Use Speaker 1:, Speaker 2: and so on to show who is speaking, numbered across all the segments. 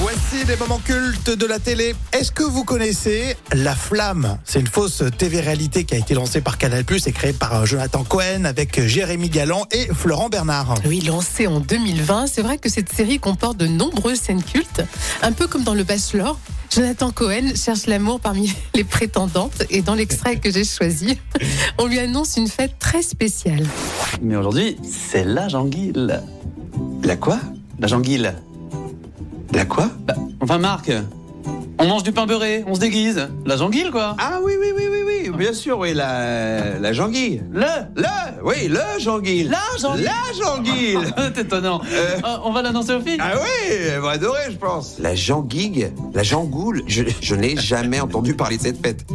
Speaker 1: Voici les moments cultes de la télé. Est-ce que vous connaissez La Flamme C'est une fausse TV-réalité qui a été lancée par Canal+, et créée par euh, Jonathan Cohen avec euh, Jérémy Galland et Florent Bernard.
Speaker 2: Oui, lancée en 2020, c'est vrai que cette série comporte de nombreuses scènes cultes, un peu comme dans Le Bachelor. Jonathan Cohen cherche l'amour parmi les prétendantes et dans l'extrait que j'ai choisi, on lui annonce une fête très spéciale.
Speaker 3: Mais aujourd'hui, c'est la janguille. La quoi La janguille. La quoi Bah, Enfin, Marc, on mange du pain beurré, on se déguise. La janguille, quoi.
Speaker 4: Ah oui, oui, oui, oui, oui, bien sûr, oui, la, la janguille.
Speaker 3: Le
Speaker 4: Le, oui, le janguille.
Speaker 3: Euh, La janguille
Speaker 4: La janguille.
Speaker 3: C'est étonnant.
Speaker 4: Euh.
Speaker 3: Ah, on va l'annoncer au film
Speaker 4: Ah oui, elle va adorer, je pense.
Speaker 5: La janguigue, la jangoule, je, je n'ai jamais entendu parler de cette fête.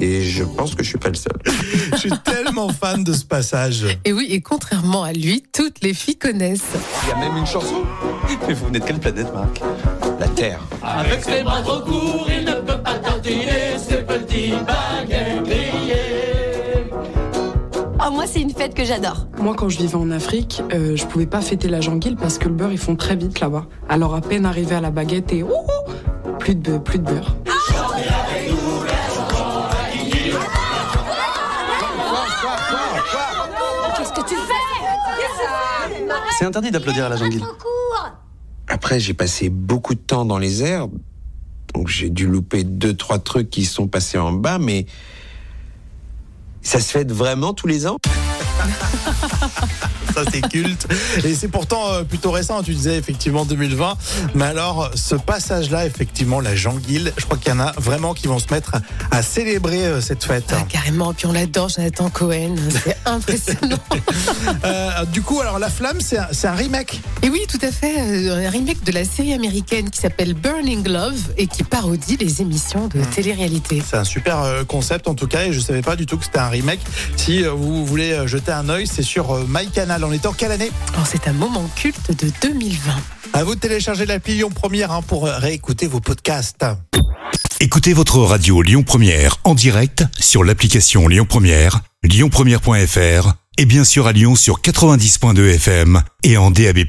Speaker 5: Et je pense que je suis pas le seul.
Speaker 1: Je suis tellement fan de ce passage.
Speaker 2: Et oui, et contrairement à lui, toutes les filles connaissent.
Speaker 4: Il y a même une chanson.
Speaker 3: Mais vous venez de quelle planète, Marc
Speaker 5: La terre.
Speaker 3: Avec ses bras trop courts, il ne peut pas tartiner ses petits baguets
Speaker 6: Oh, moi, c'est une fête que j'adore.
Speaker 7: Moi, quand je vivais en Afrique, euh, je pouvais pas fêter la janguille parce que le beurre, ils font très vite là-bas. Alors, à peine arrivé à la baguette et ouh, ouh, plus de beurre, plus de beurre.
Speaker 6: Qu'est-ce que tu fais
Speaker 3: C'est interdit d'applaudir à la janguille.
Speaker 5: Après, j'ai passé beaucoup de temps dans les airs. Donc j'ai dû louper deux, trois trucs qui sont passés en bas, mais ça se fête vraiment tous les ans
Speaker 1: Ça, c'est culte. Et c'est pourtant euh, plutôt récent. Tu disais effectivement 2020. Mais alors, ce passage-là, effectivement, la janguille, je crois qu'il y en a vraiment qui vont se mettre à célébrer euh, cette fête.
Speaker 2: Ah, carrément, puis on l'adore, Jonathan Cohen, hein, c'est impressionnant.
Speaker 1: Euh, du coup, alors La Flamme, c'est un, c'est un remake.
Speaker 2: Et oui, tout à fait, euh, un remake de la série américaine qui s'appelle Burning Love et qui parodie les émissions de télé-réalité.
Speaker 1: C'est un super euh, concept en tout cas et je savais pas du tout que c'était un remake. Si euh, vous voulez euh, jeter un œil, c'est sur euh, MyCanal. On est en quelle année
Speaker 2: Alors, c'est un moment culte de 2020.
Speaker 1: À vous de télécharger l'appli Lyon Première hein, pour euh, réécouter vos podcasts.
Speaker 8: Écoutez votre radio Lyon Première en direct sur l'application Lyon Première, lyonpremière.fr et bien sûr à Lyon sur 90.2 FM et en DAB+.